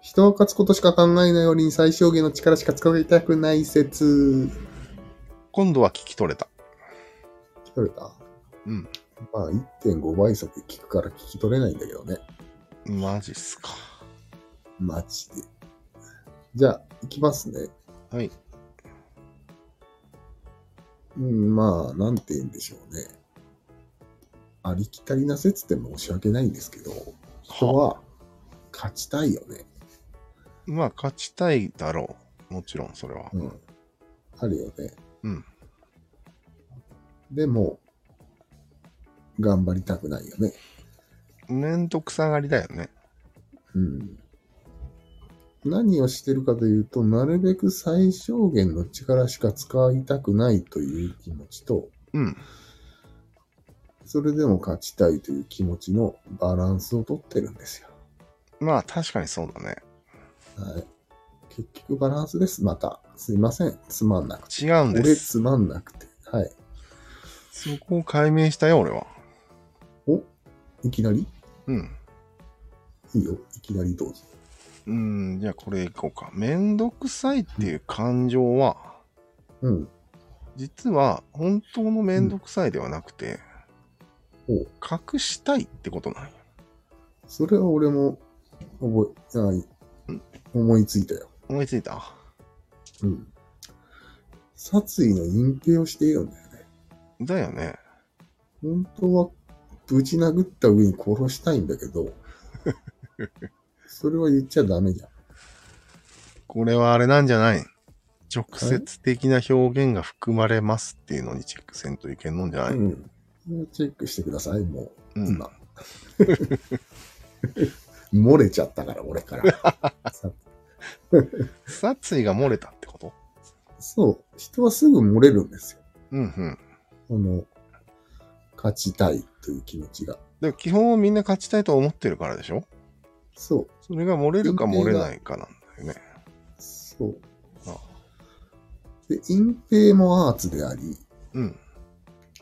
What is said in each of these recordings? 人を勝つことしか考えないよりに最小限の力しか使いたくない説。今度は聞き取れた。聞き取れたうん。まあ1.5倍速聞くから聞き取れないんだけどね。マジっすか。マジで。じゃあ、行きますね。はい。うん、まあ、なんて言うんでしょうね。ありきたりな説って申し訳ないんですけど、人は勝ちたいよね。まあ、勝ちたいだろう。もちろん、それは。うん。あるよね。うん。でも、頑張りたくないよね。めんどくさがりだよね。うん。何をしてるかというと、なるべく最小限の力しか使いたくないという気持ちと、うん。それでも勝ちたいという気持ちのバランスをとってるんですよ。まあ、確かにそうだね。はい。結局バランスです。また。すいません。つまんなくて。違うんで俺す。つまんなくて。はい。そこを解明したよ、俺は。おいきなりうん。いいよ。いきなりどうぞ。うん、じゃあこれいこうか。めんどくさいっていう感情は、うん。実は本当のめんどくさいではなくて、うんお隠したいってことなんよ。それは俺も覚え、はいうん、思いついたよ。思いついたうん。殺意の隠蔽をしているんだよね。だよね。本当はぶち殴った上に殺したいんだけど、それは言っちゃダメじゃん。これはあれなんじゃない直接的な表現が含まれますっていうのにチェックせんといけんのんじゃない、うん。チェックしてください、もうう、ん今。 漏れちゃったから、俺から。さ殺意が漏れたってことそう、人はすぐ漏れるんですよ。うんうん。この、勝ちたいという気持ちが。で基本はみんな勝ちたいと思ってるからでしょそう、それが漏れるか漏れないかなんだよね。そう。あで、隠蔽もアーツであり、うん。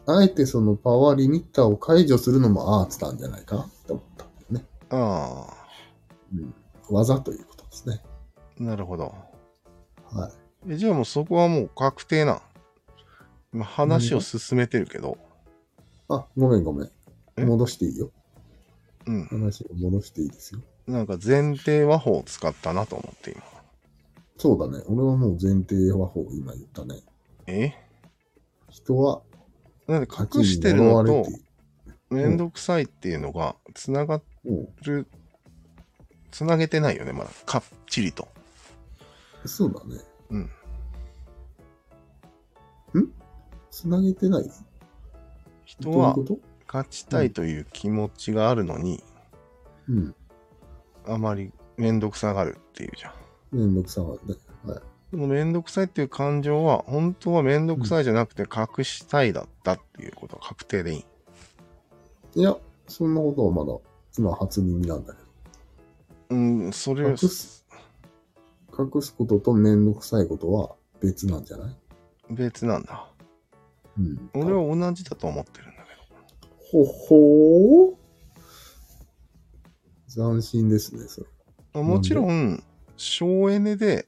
あえてそのパワーリミッターを解除するのもアーツなんじゃないかなと思ったんだよね。あうん。技ということですね。あ、なるほど。はい。えじゃあもうそこはもう確定なん。今話を進めてるけど、あ、ごめんごめん。え戻していいよ。うん。話を戻していいですよ。なんか前提和法を使ったなと思って今。そうだね。俺はもう前提は法今言ったね。え人はなんで価値隠にしてる呪わのれとている。めんどくさいっていうのがつながっうる、つなげてないよね、まだ。かっちりと。ん、そうだね。うん。んつなげてない人はどういうこ勝ちたいという気持ちがあるのに、とうん。あまりめんどくさがるっていうじゃん。めんどくさがるね。はい。このめんどくさいっていう感情は、本当はめんどくさいじゃなくて隠したいだったっていうことは確定でいい。いや、そんなことはまだ、今初耳なんだけうん、それを隠すど。隠すこととめんどくさいことは別なんじゃない別なんだ。うん。俺は同じだと思ってるんだけほほー斬新ですね、それ。ど。もちろん、省エネで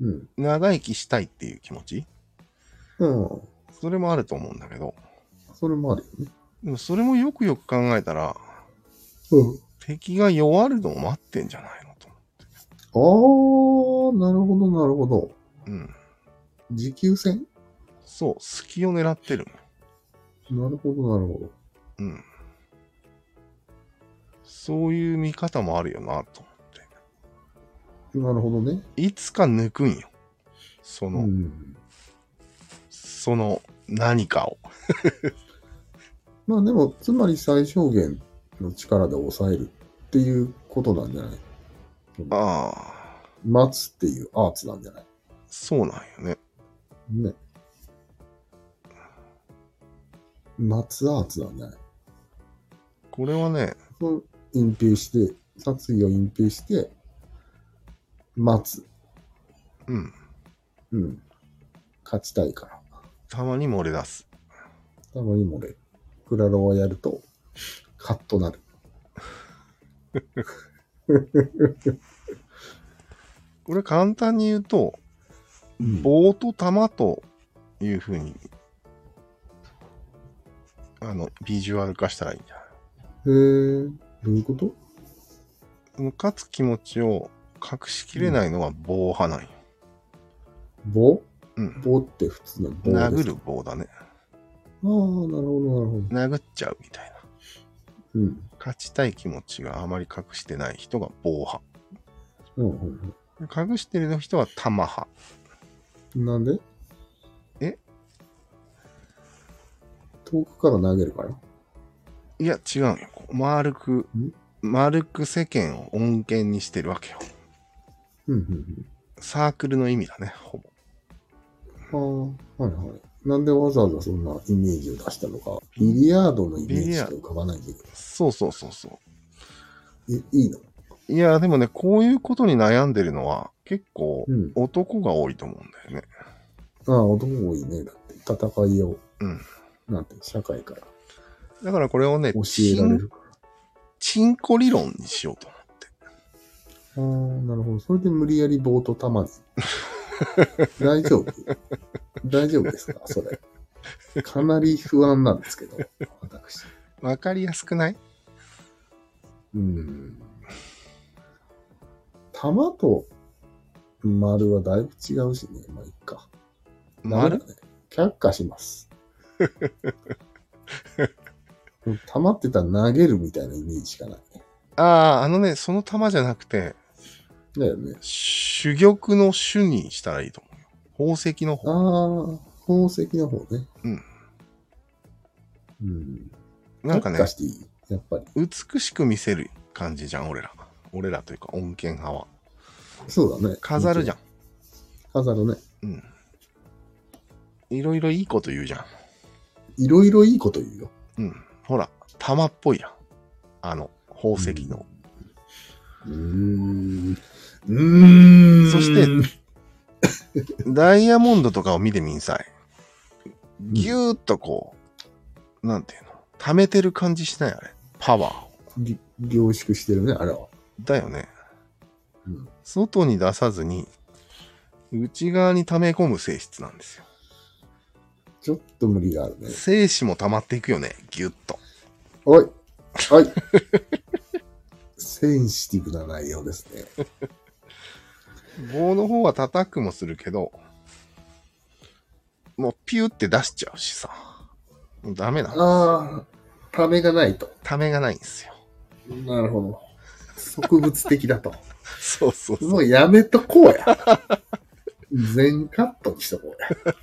うん。長生きしたいっていう気持ち、うん。それもあると思うんだけど、それもあるよね。でもそれもよくよく考えたら、うん。敵が弱るのを待ってんじゃないのと。あー、なるほど、なるほど。うん。持久戦そう、隙を狙ってる。なるほど、なるほど。うん。そういう見方もあるよなと思って。なるほどね。いつか抜くんよ。そうの、ん。その何かを。まあでも、つまり最小限の力で抑えるっていうことなんじゃないああ、待つっていうアーツなんじゃないそうなんよね。ね。待つアーツなんじゃないこれはね、そう隠蔽して、殺意を隠蔽して、待つ。うん、うん。勝ちたいから。たまに漏れ出す。たまにも俺、クラロワやると、カッとなる。これ簡単に言うと、うん棒と玉というふうに、あの、ビジュアル化したらいいんじゃないへえ、どういうことムカつく気持ちを隠しきれないのは棒派なんよ。棒うん。棒って普通の棒です。殴る棒だね。ああ、なるほど、なるほど。殴っちゃうみたいな。うん。勝ちたい気持ちがあまり隠してない人が棒うんうん派。隠してる人は玉派。うん、なんでえ遠くから投げるからいや、違うよ。こう丸くん、丸く世間を恩恵にしてるわけよ。うんうんサークルの意味だね、ほぼ。うん。ああ、はいはい。なんでわざわざそんなイメージを出したのか、ビリヤードのイメージしか浮かばないんだけどそうそうそうそえ、いいのう。いや、でもね、こういうことに悩んでるのは、結構う、ん。男が多いと思うんだよね。ああ、男多いね。だって、戦いを、うんなんて、社会からだからこれをね、教えられるから。チンコ理論にしようと思って。ああ、なるほど。それで無理やり棒と 玉に。大丈夫大丈夫ですかそれ。かなり不安なんですけど、私。わかりやすくないうん。玉と丸はだいぶ違うしね。まあ、いっか。ダメ丸だね却下します。 玉って言ったら投げるみたいなイメージしかないね。ああ、あのね、その玉じゃなくて、だよね。主玉の主にしたらいいと思うよ。宝石のあ方。あ、宝石の方ね。うん。うん。なんかね却下、していいやっぱり。美しく見せる感じじゃん、俺ら。俺らというか、恩恵派は。そうだね。飾るじゃん。ん。飾るね。うん。いろいろいいこと言うじゃん。いろいろいいこと言うよ。うん。ほら、玉っぽいやん。あの、宝石の。うーん。うーん。そして、ダイヤモンドとかを見てみんさい。ぎゅーっとこう、なんていうの、溜めてる感じしないあれ。パワーを。ぎ凝縮してるね、あれは。だよね。うん外に出さずに、内側に溜め込む性質なんですよ。ちょっと無理があるね。精子も溜まっていくよね、ぎゅっと。おい、 おい。センシティブな内容ですね。棒の方は叩くもするけど、もうピューって出しちゃうしさ。もうダメなの。ああ、ためがないと。溜めがないんですよ。なるほど。植物的だと。 そうそうもそうう。やめとこうや。全カットにしとこうや。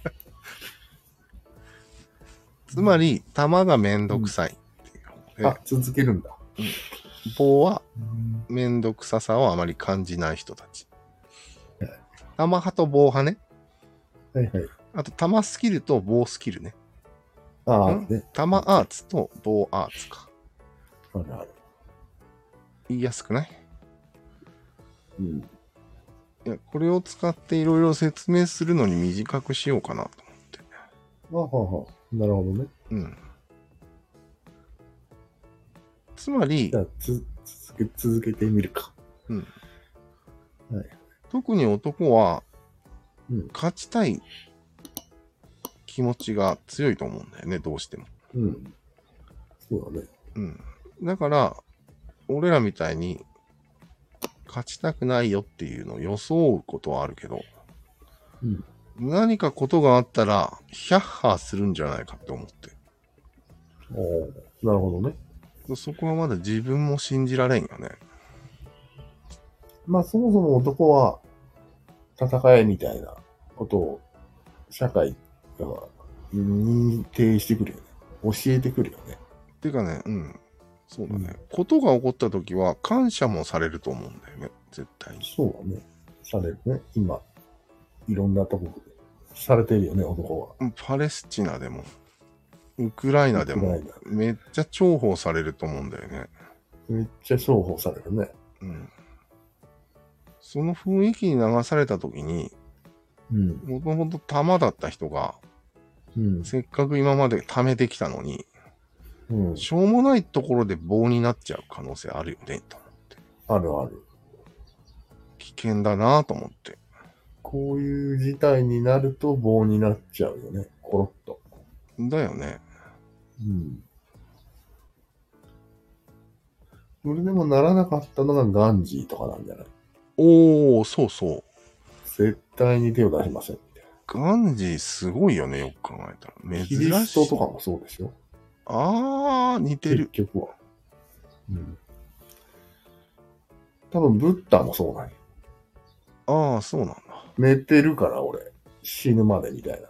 つまり、玉がめんどくさいっていうのであ、続けるんだ。棒はめんどくささをあまり感じない人たち。玉派と棒派ね。はいはい。あと、玉スキルと棒スキルね。ああ、んね。玉アーツと棒アーツか。あるある。言いやすくないうん。いや、これを使っていろいろ説明するのに短くしようかなと思って。あはは。なるほどね。うん。つまりじゃ、あ、つ、続け、続けてみるか。特に男はうん、勝ちたい気持ちが強いと思うんだよね、どうしても。うん。そうだね。うん。だから、俺らみたいに、勝ちたくないよっていうのを装うことはあるけど、うん何かことがあったら、ヒャッハーするんじゃないかって思っておおなるほどね。る。そこはまだ自分も信じられんよね。まあそもそも男は戦えみたいなことを社会が認定してくるよね。教えてくるよね。てかね、うん。そうだね。うんことが起こった時は、感謝もされると思うんだよね。絶対に。そうだね。されるね。今、いろんなとこでされてるよね、男は。パレスチナでも、ウクライナでもウクライ、めっちゃ重宝されると思うんだよね。めっちゃ重宝されるね。うん。その雰囲気に流された時に、うん。もともと玉だった人が、うん。せっかく今まで貯めてきたのに、うん。しょうもないところで棒になっちゃう可能性あるよね、と思って。あるある。きっ険だなと思って。こういう事態になると棒になっちゃうよね。コロッと。だよね。うん。俺でもならなかったのがガンジーとかなんじゃないおー、そうそう。絶対に手を出しませんみたいガンジーすごいよね、よく考えたら。な。キ珍リスしトいと。かもそうでしょあー、似て結る。局は。うん。多分、ブッダもそうなんよあー、そうなんだ。寝てるから、俺。死ぬまでみたいな。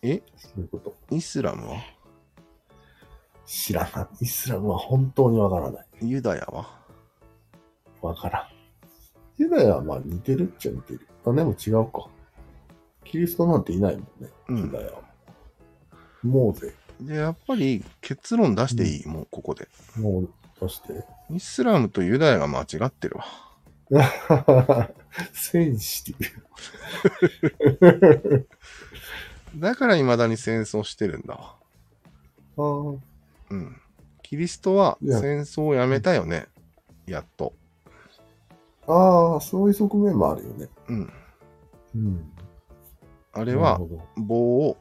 えそういうこと。イスラムは知らない。イスラムは本当にわからない。ユダヤはわからん。ユダヤはまあ似てるっちゃ似てる。あ、でも違うか。キリストなんていないもんね。うユんダ。ヤは。モーゼ、で、やっぱり結論出していい、もうここで。もう出して。 イスラムとユダヤが間違ってるわ。センシティだから未だに戦争してるんだわ。ブ。ああ。うん。キリストはいや戦争をやめたよね。やっと。ああ、そういう側面もあるよね。うん。うん。ああれは棒を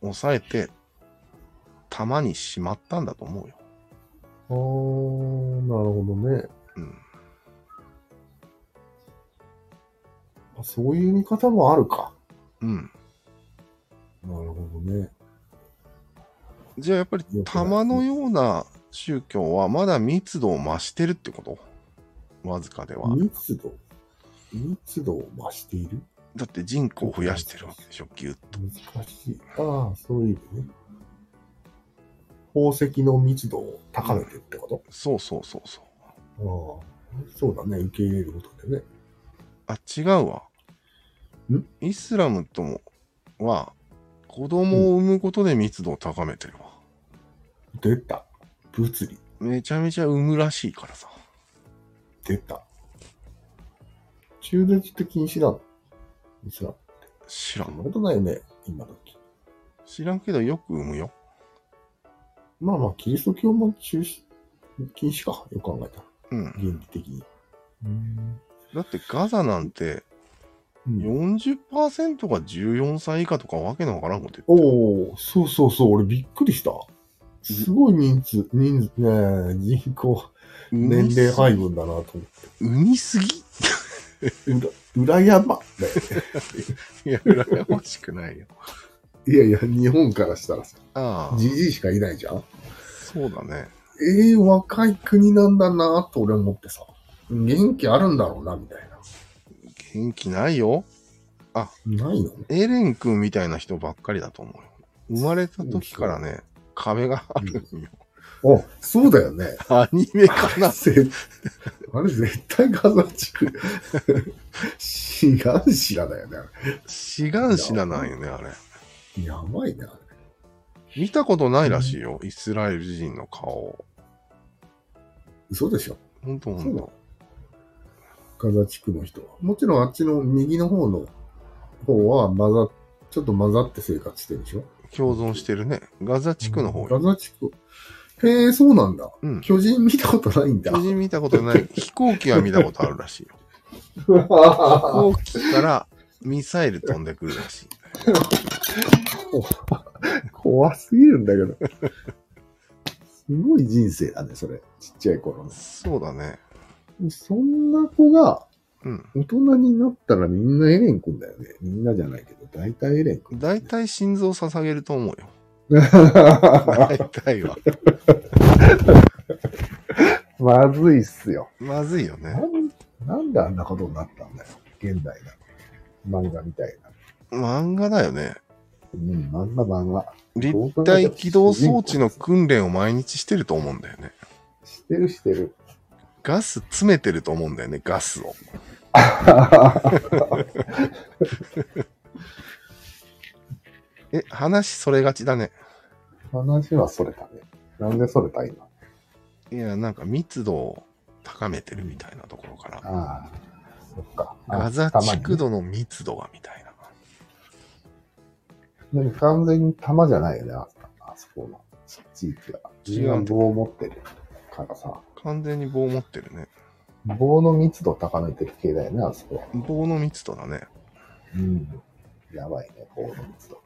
押さえて、弾にしまったんだと思うよ。ああ、なるほどね。うん。あそういう見方もあるか。うん。なるほどね。じゃあやっぱりよくない玉のような宗教はまだ密度を増してるってことわずかでは。密度密度を増しているだって人口を増やしてるわけでしょ、ぎゅっと。難しい。ああ、そういう意味ね。宝石の密度を高めてるってこと、そうそうそうそう。ああ、そうだね。受け入れることでね。あ、違うわん。イスラムともは、子供を産むことで密度を高めてるわ。出た。物理。めちゃめちゃ産むらしいからさ。出た。中絶って禁止なのイスラム知らそんん。なことないよね。今時。知らんけどよく産むよ。まあまあ、キリスト教も中止、禁止か。よく考えたら。うん。原理的に。うん。だってガザなんて40%が14歳以下とかわけのわからんこと言ってるおお、そうそうそう、俺びっくりした。すごい人数、人数、ねえ、人口、年齢配分だなと思産みすぎって。うら、羨ま。ねいや、羨ましくないよ。いやいや、日本からしたらさ、ああ、じじいしかいないじゃん。そうだね。ええ若い国なんだなと俺思ってさ、元気あるんだろうな、みたい元気ないよ。な。ないのエレン君みたいな人ばっかりだと思うよ。生まれた時からね、壁があるんよ。あ、そうだよね。アニメかなぜあれ絶対ガザ地区。シガンシラだよね。あ志願士ななんよね、あれ。れやばいな。見たことないらしいよ、イスラエル人の顔。嘘でしょ。ほんとほそうんなとの。ガザ地区の人は。もちろんあっちの右の方の方は混ざっ、ちょっと混ざって生活してるでしょ共存してるね。ガザ地区の方ガよ。ザ地区。へえ、そうなんだ。うん。巨人見たことないんだ巨。人見たことない。飛行機は見たことあるらしいよ。飛行機からミサイル飛んでくるらしい。 怖すぎるんだけど。すごい人生だね、それ。ちっちゃい頃そうだね。の。そんな子がうん。大人になったらみんなエレン君だよね。みんなじゃないけど、大体エレン君。 大体心臓捧げると思うよ。 大体は。まずいっすよ。まずいよね。なんなんであんなことになったんだよ。現代の漫画みたいな。漫画だよね。うん、漫画漫画。立体起動装置の訓練を毎日してると思うんだよね。してるしてる。ガス詰めてると思うんだよね、ガスを。 え、話それがちだね。話はそれたね。なんでそれた今。いや、なんか密度を高めてるみたいなところから。ああ、そっか。あガザたまに地区度の密度がみたいな。ねでも完全に玉じゃないよね、ああそこの地域は。違うみんな棒を持ってるからさ。完全に棒持ってるね。棒の密度を高めてる系だよね、あそこは。棒の密度だね。うん。やばいね、棒の密度。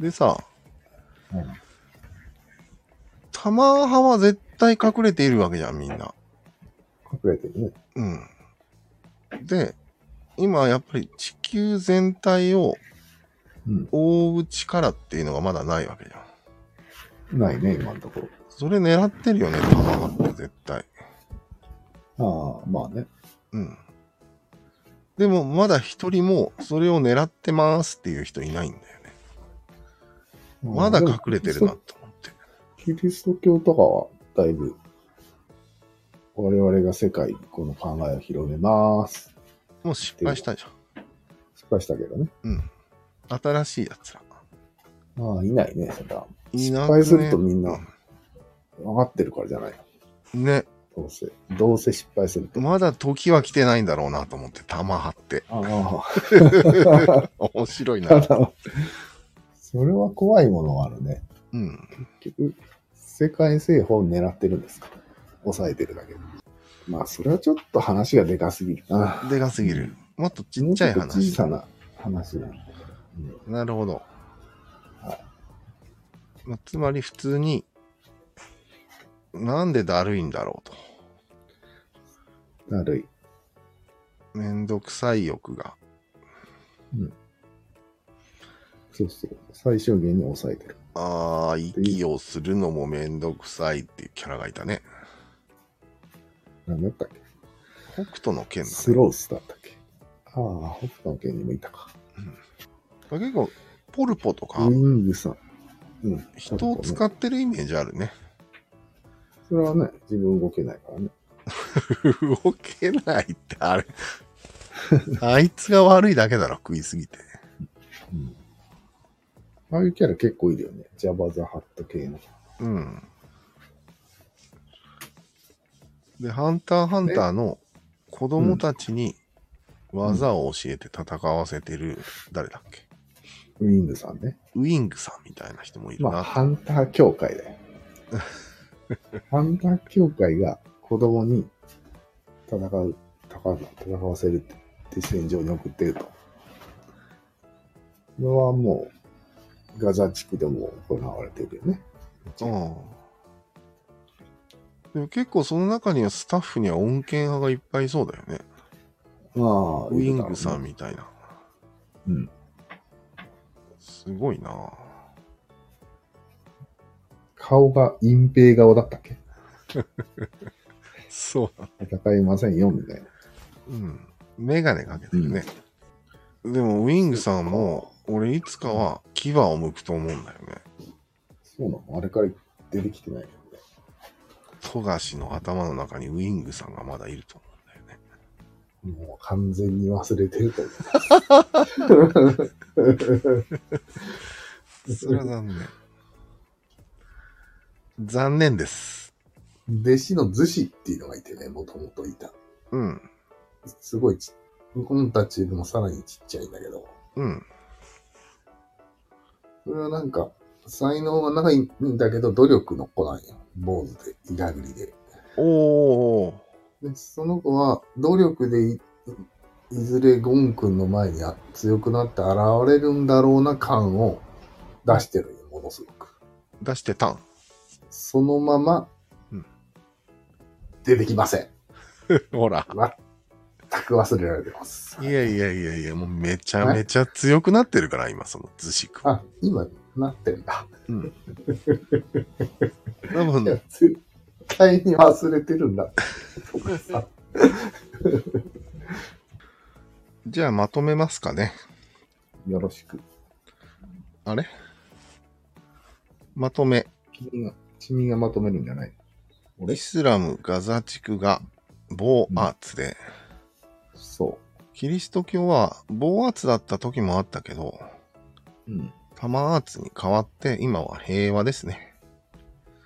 でさ、うん玉派は絶対隠れているわけじゃん、みんな。隠れてるね。うん。で、今やっぱり地球全体をうん。覆う力っていうのがまだないわけじゃん。ないね、今のところ。それ狙ってるよね、玉派って絶対。ああ、まあね。うん。でもまだ一人もそれを狙ってますっていう人いないんだよね。まだ隠れてるなと思って。キリスト教とかは、だいぶ、我々が世界にこの考えを広めます。もう失敗したじゃん。失敗したけどね。うん。新しいやつら。ああ、いないね、それは。い失なくね敗するとみんな、分かってるからじゃない。ね、どうせ。どうせ失敗すると。まだ時は来てないんだろうなと思って、玉張って。ああ、 面白いたな。だ、それは怖いものがあるね。うん。結局、世界政法を狙ってるんですか抑えてるだけで。まあ、それはちょっと話がでかすぎるな。でかすぎる。もっとちっちゃいもうょっと小話。さな話なんだけどなるほどは。まあ、つまり普通に、なんでだるいんだろううんだるい。と。めんどくさい欲が。そうそう。最小限に抑えてる。ああ、息をするのもめんどくさいっていうキャラがいたね。なんだったっ北斗のけ剣だ、ね。スロースだったっけああ、北斗の剣にもいたか。結構、ポルポとかウ、ィングさん。うん。人を使ってるイメージあるね。それはね、自分動けないからね。動けないってあれ。あいつが悪いだけだろ、食いすぎて。うん。ああいうキャラ結構いるよね。ジャバザハット系の。うん。で、ハンターハンターの子供たちに技を教えて戦わせてる、誰だっけウィングさんね。ウィングさんみたいな人もいるまな。あ、ハンター協会だ よ。ハンター協会が子供に戦う、戦う、戦わせるって戦場に送ってると。これはもう、ガザ地区でも行われてるよね。うんでも結構その中にはスタッフには恩恵派がいっぱいいそうだよね。まあ、ウィングさんいるみたいな。だろうね。すごいな顔が隠蔽顔だったっけそうだ。戦いませんよ、みたいな。うん。メガネかけてるね。でもウィングさんも、俺いつかは牙を剥くと思うんだよね。そうなのあれから出てきてないよね。富樫の頭の中にウィングさんがまだいると思うんだよね。もう完全に忘れてると思う。それは残念。 残念です。弟子の図師っていうのがいてね、もともといた。うん。すごいち、このたちよりもさらにちっちゃいんだけど、うん。それはなんか、才能がないんだけど、努力の子なんよ。坊主で、いがぐりで。おー。で、その子は、努力でい、いずれゴン君の前にあ強くなって現れるんだろうな感を出してるよ、ものすごく。出してたん。そのままうん、出てきません。ほら。全く忘れられてます。いやいやいやいや、もうめちゃめちゃ強くなってるから、今、その図式。あ、今、なってんだ。うん。多いや分、、絶対に忘れてるんだ。じゃあまとめますかね。よろしく。あれまとめ。君が、君がまとめるんじゃない俺イスラム、ガザ地区が棒アーツで、そキリスト教は棒アーツだった時もあったけど、う。うん。玉アーツに変わって、今は平和ですね。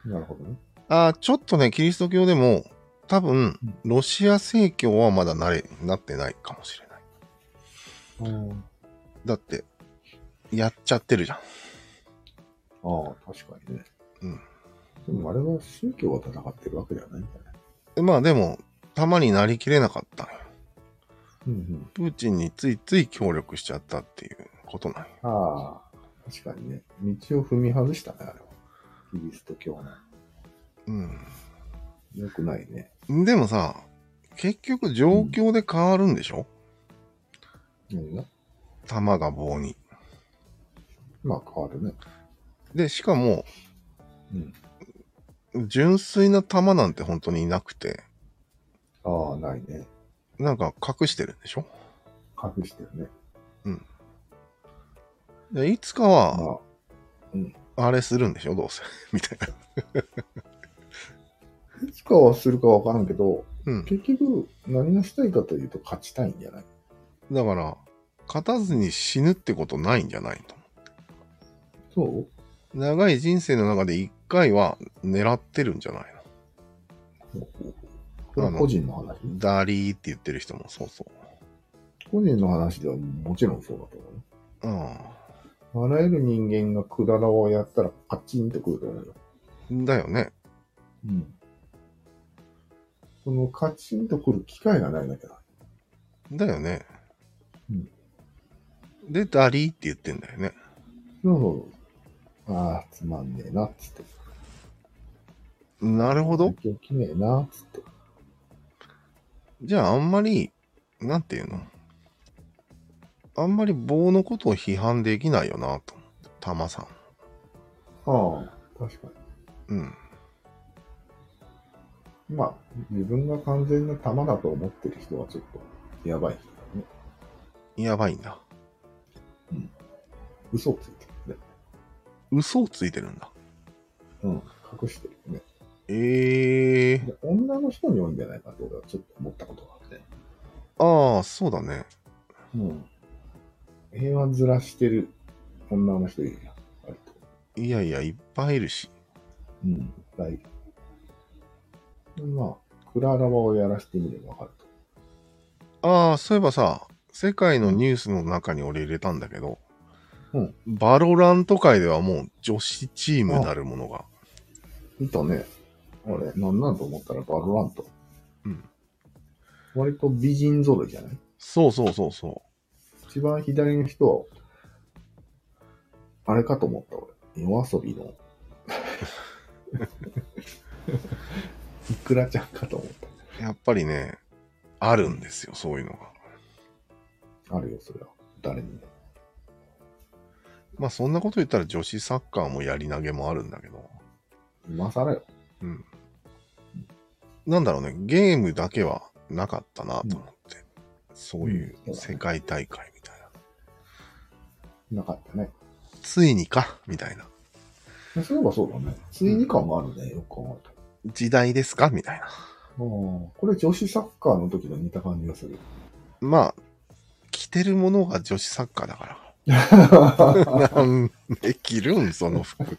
なるほどね。あーちょっとね、キリスト教でも、多分、ロシア正教はまだなれ、なってないかもしれない。うん、だって、やっちゃってるじゃん。ああ、確かにね。うん。でもあれは宗教が戦ってるわけではないんだね。でまあでも、玉になりきれなかったのよ。うんプーチンについつい協力しちゃったっていうことなんよ。うん。ああ、確かにね。道を踏み外したね、あれは。キリスト教の。うよくないね。ん。でもさ、結局状況で変わるんでしょ、何が玉が棒に。まあ変わるね。で、しかも、うん。純粋な玉なんて本当にいなくて、ああ、ないね。なんか隠してるんでしょ隠してるね。でいつかまは、あ、あれするんでしょどうせ。みたいな。いつかはするかわからんけど、うん。結局、何がしたいかというと勝ちたいんじゃないだから、勝たずに死ぬってことないんじゃないと。そう長い人生の中で一回は狙ってるんじゃないこれは個人の話のダリーって言ってる人もそうそ個人の話ではもちろんそうだと思うね。う。うん。あらゆる人間がくだらをやったらカチンとくると思うよ。だよね。うん。そのカチンとくる機会がないだけだ。だよね。うんで、ダリーって言ってんだよね。そうそう。ああ、つまんねえな、っつって。なるほど。最近きねえな、っつって。じゃああんまり、なんていうのあんまり棒のことを批判できないよなと。たまさああ、確かん。うん。に。まあ、自分が完全な玉だと思ってる人はちょっと、やばい人だね。やばいんだ。嘘をついてるね。嘘をついてるんだ。うん。隠してるね。ええで女の人に多いんじゃないかと俺はちょっと思ったことがあって。ああ、そうだね。うん。平和ずらしてる女の人いるやん、割と。いやいや、いっぱいいるし。うん、いっぱいいる。でまあ、クララバをやらせてみればわかると。ああ、そういえばさ、世界のニュースの中に俺入れたんだけど、うんバロラント界ではもう女子チームなるものが。見たね。あれ、なんなんと思ったらバロラント。うん。割と美人揃いじゃないそうそうそうそ一番左の人は、あれかと思った俺。夜遊びの。いくらちゃんかと思っう。やっぱりね、あるんですよ、そういうのが。た。あるよ、それは。誰にでもまあそんなこと言ったら女子サッカーもやり投げもあるんだけど、今更よ。なんだろうね、ゲームだけはなかったなと思って、そういううん世界大会みたいなな。かったね。ついにか、みたいな。そういえばそうだね。追に感があるね、よく考えたら。時代ですかみたいな。これ女子サッカーの時と似た感じがする。まあ、着てるものが女子サッカーだから。なんで着るんその服。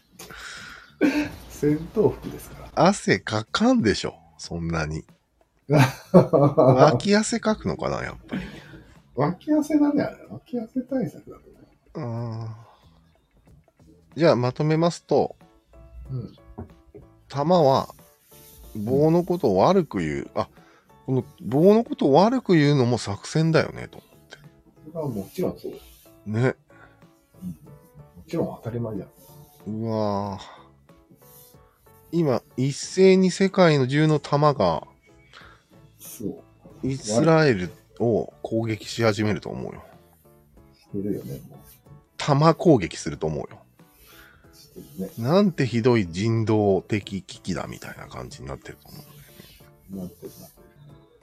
戦闘服ですか汗かかんでしょそんな に。ら。脇汗かくのかなやっぱり。脇汗だね、あれ。脇汗対策だとね。あーじゃあまとめますと、うん。玉は棒のことを悪く言う。あ、この棒のことを悪く言うのも作戦だよね、と。それはもちろんそう。ね。もちろん当たり前じゃん。うわー今、一斉に世界の銃の弾がそう。イスラエルを攻撃し始めると思うよ。してるよね、も弾攻撃すると思うよ。う。してるね。なんてひどい人道的危機だみたいな感じになってると思なんてな。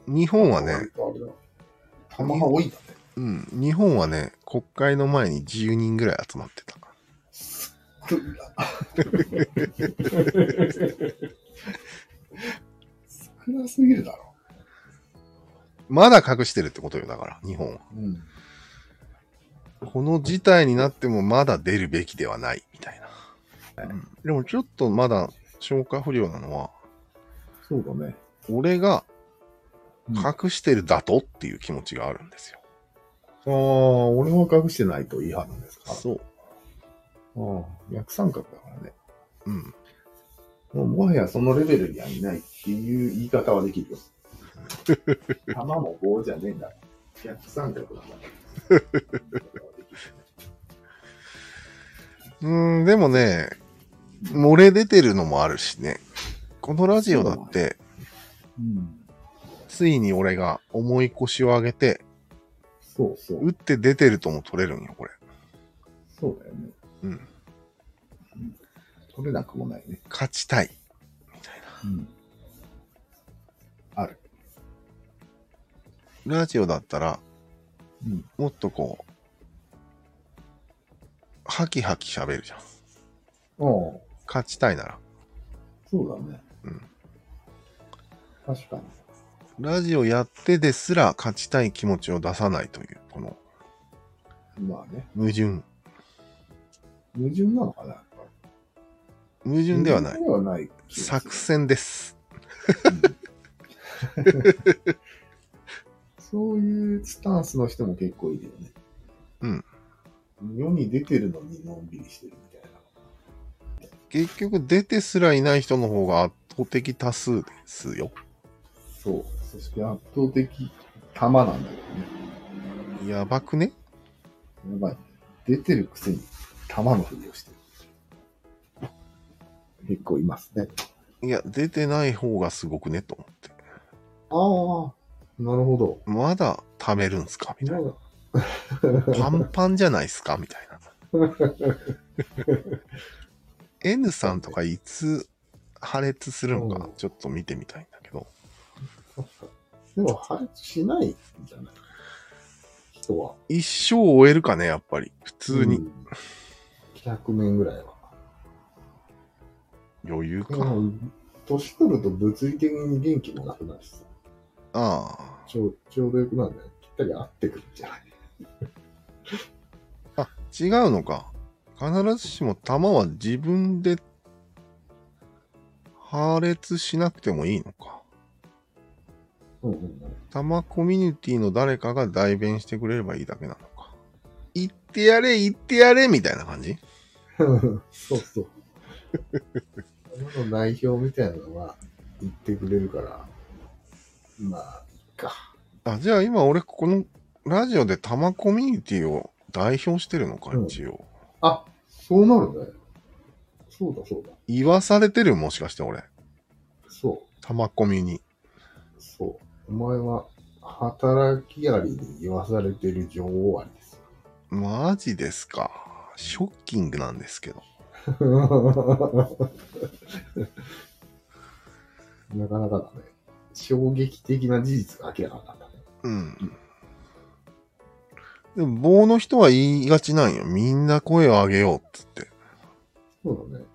う。日本はね割、とあれだ。玉が多いんだね。うん、日本はね、国会の前に10人ぐらい集まってた。すっな少なすぎるだろ。まだ隠してるってことよ、だから、日本は。うん。この事態になってもまだ出るべきではない、みたいな。うんでもちょっとまだ消化不良なのは、そうだね。俺がうん隠してるだとっていう気持ちがあるんですよ。ああ、俺は隠してないと言い張るんですか。そう。ああ、逆三角だからね。うん。もうもはやそのレベルにはいないっていう言い方はできるよ。玉も棒じゃねえんだ。逆三角だうん、でもね、漏れ出てるのもあるしね。このラジオだって、うん。ついに俺が重い腰を上げて、そうそう。打って出てるとも取れるんよ、これ。そうだよね。うん。取れなくもないね。勝ちたい。うん。ある。ラジオだったら、うん。もっとこう、ハキハキ喋るじゃん。おう勝ちたいなら。そうだね。うん。確かに。ラジオやってですら勝ちたい気持ちを出さないという、このまあね。矛盾。矛盾なのかなやっぱ矛り盾ではない。矛盾ではない。作戦です。そういうスタンスの人も結構いるよね。うん。世に出てるのにのんびりしてるみたいな。結局出てすらいない人の方が圧倒的多数ですよ。そう。そして圧倒的玉なんだけどね。やばくねやばい。出てるくせに玉のふりをしてる。結構いますね。いや、出てない方がすごくねと思って。ああ、なるほど。まだ貯めるんすかみたいな。パンパンじゃないですかみたいな。N さんとかいつ破裂するのかうんちょっと見てみたいんだけど。でも破裂しないんじゃない人は。一生終えるかねやっぱり。普通に。うん。100年ぐらいは。余裕でか。あも年取ると物理的に元気もなくなるしさ。あ。ちょうちょうどよくなるね。ぴったり合ってくるんじゃない違うのか。必ずしも弾は自分で破裂しなくてもいいのか。うんうんうん。弾コミュニティの誰かが代弁してくれればいいだけなのか。言ってやれ、言ってやれみたいな感じそうそう。世の代表みたいなのは言ってくれるから、まあ、いいか。あ、じゃあ今俺ここのラジオで玉コミュニティを代表してるのか、うん一応。あ、そうなるね。そうだそうだ。言わされてるもしかして俺。そ玉コミに。う、そう。お前は働きありに言わされてる女王ありですよ。 マジですか。ショッキングなんですけど。なかなかだね。衝撃的な事実が明らかになったね。うん。でも棒の人は言いがちなんよ。みんな声を上げようっつって。そうだね。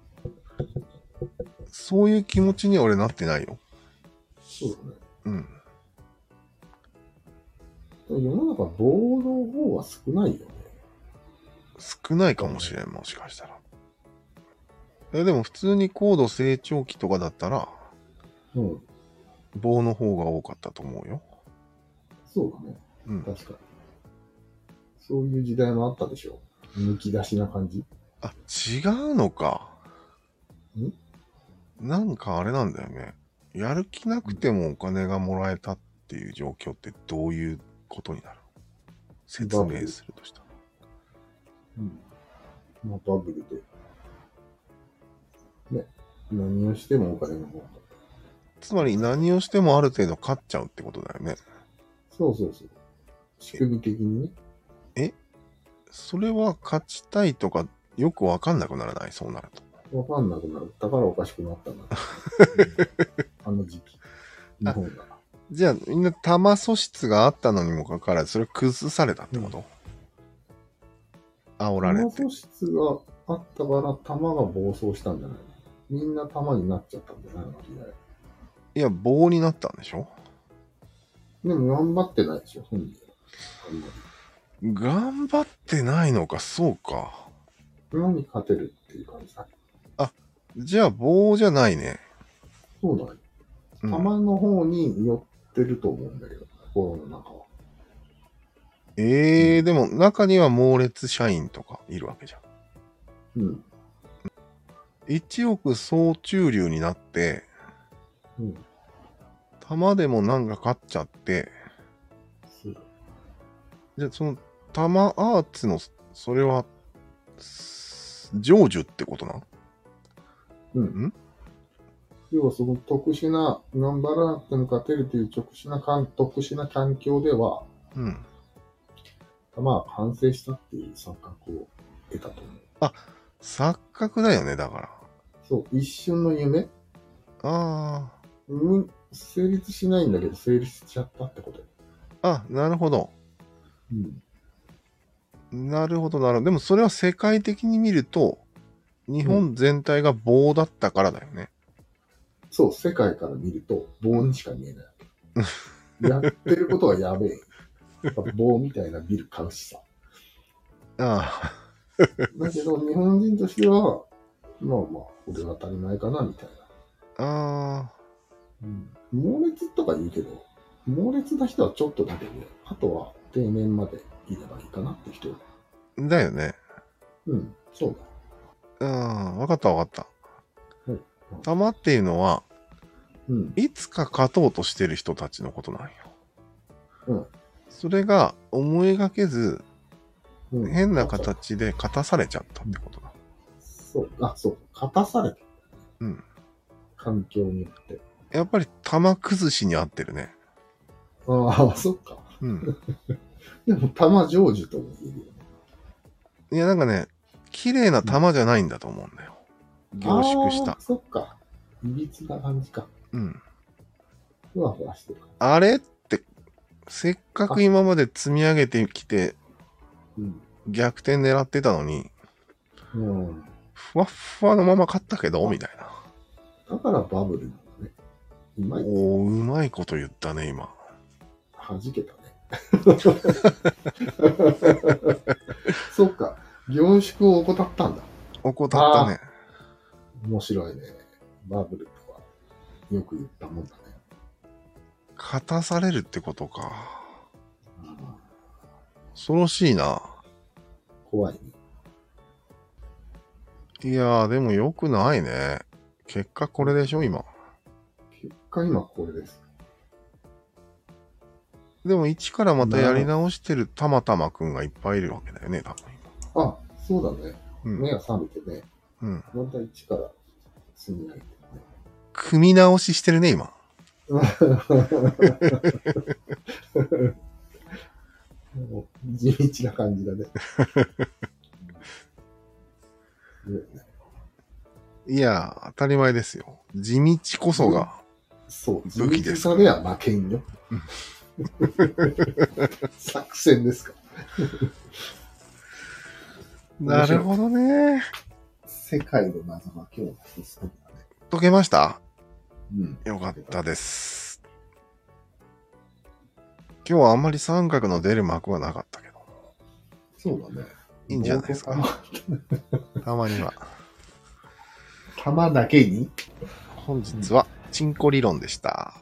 そういう気持ちには俺なってないよ。そうだね。うん。世の中、暴動法は少ないよね。少ないかもしれん、もしかしたら。えでも普通に高度成長期とかだったら、うん。棒の方が多かったと思うよ。そうだね。うん。確かに。そういう時代もあったでしょ。むき出しな感じ。あ、違うのか。んなんかあれなんだよね。やる気なくてもお金がもらえたっていう状況ってどういうことになる説明するとしたら。うん。まあ、バブルで。ね。何をしてもお金の方が。つまり何をしてもある程度勝っちゃうってことだよね。そうそうそう。仕組み的にね。それは勝ちたいとかよくわかんなくならない、そうなると。わかんなくなったからおかしくなった んだ。あの時期。日本が。じゃあみんな玉素質があったのにもかかわらず、それ崩されたってこと、煽られ弾て素。質があったから弾が暴走したんじゃないのみんな弾になっちゃったんじゃないの時代。いや、棒になったんでしょでも頑張ってないでしょ、本人は。あんまり頑張ってないのか、そうか。何に勝てるっていう感じだ。じゃあ棒じゃないね。そうだね。うん玉の方に寄ってると思うんだけど、心の中は。ええー、でも中には猛烈社員とかいるわけじゃん。うん。一億総中流になって、うん。玉でもなんか勝っちゃって、そうじゃあその玉アーツの、それは、す成就ってことなんうん。要はその特殊な、頑張らなくても勝てるという特殊な環特殊な環境では、うん。まあ完成したっていう錯覚を得たと思う。錯覚だよね、だから。そう、一瞬の夢あうん、成立しないんだけど成立しちゃったってことよ。あ。あ、なるほど。うん。なるほど、なるほど。でもそれは世界的に見ると、日本全体が棒だったからだよね。そう、世界から見ると棒にしか見えないわ け。やってることはやべえ。やっぱ棒みたいなビル買うしさ。あだけど日本人としては、まあまあ、俺は当たり前かなみたいな。あ。あ猛烈とか言うけど、猛烈な人はちょっとだけで、あとは定年までいればいいかなって人。あ。だよね。うん、そうだ。うん。わかったわかった。はい玉っていうのは、うん、いつか勝とうとしてる人たちのことなんよ。うんそれが思いがけずうん変な。形で勝たされちゃったってことだ。そう、あ、そう、勝たされて。うん。環境によって。やっぱり玉崩しに合ってるね。ああ、そっか。うん。でも、玉成就とも言えるよね。いやなんかね、綺麗な玉じゃないんだと思うんだよ。凝縮しあたー。そっか。いびつな感じか。うん。ふわふわしてるから。あれって、せっかく今まで積み上げてきてうん。逆転狙ってたのに、うん。ふわっふわのまま勝ったけど、みたいな。だからバブルなんだね。うまい。おー、うまいこと言ったね、今。はじけたね。そっか。凝縮を怠ったんだ。怠ったね。面白いね。バブルとは、よく言ったもんだね。勝たされるってことか。あ恐ろしいな。ー怖いね。いやー、でも良くないね。結果これでしょ、今。結果今これです。でも一からまたやり直してるたまたまくんがいっぱいいるわけだよね、多あ、そうだね。分目今。が覚めてね。うん。うん。また一から積み上げてね。組み直ししてるね、今。もう地道な感じだね。うんねいやー、当たり前ですよ。地道こそが。そう、武器です地道さでは負けん よ。作戦ですか。んなるほどね。世界の謎が今日は一つだね。解けましたうん。よかったです。今日はあんまり三角の出る幕はなかったけど。そうだね。いいんじゃないですか冒頭ら。たまには。玉だけに本日は、チンコ理論でした。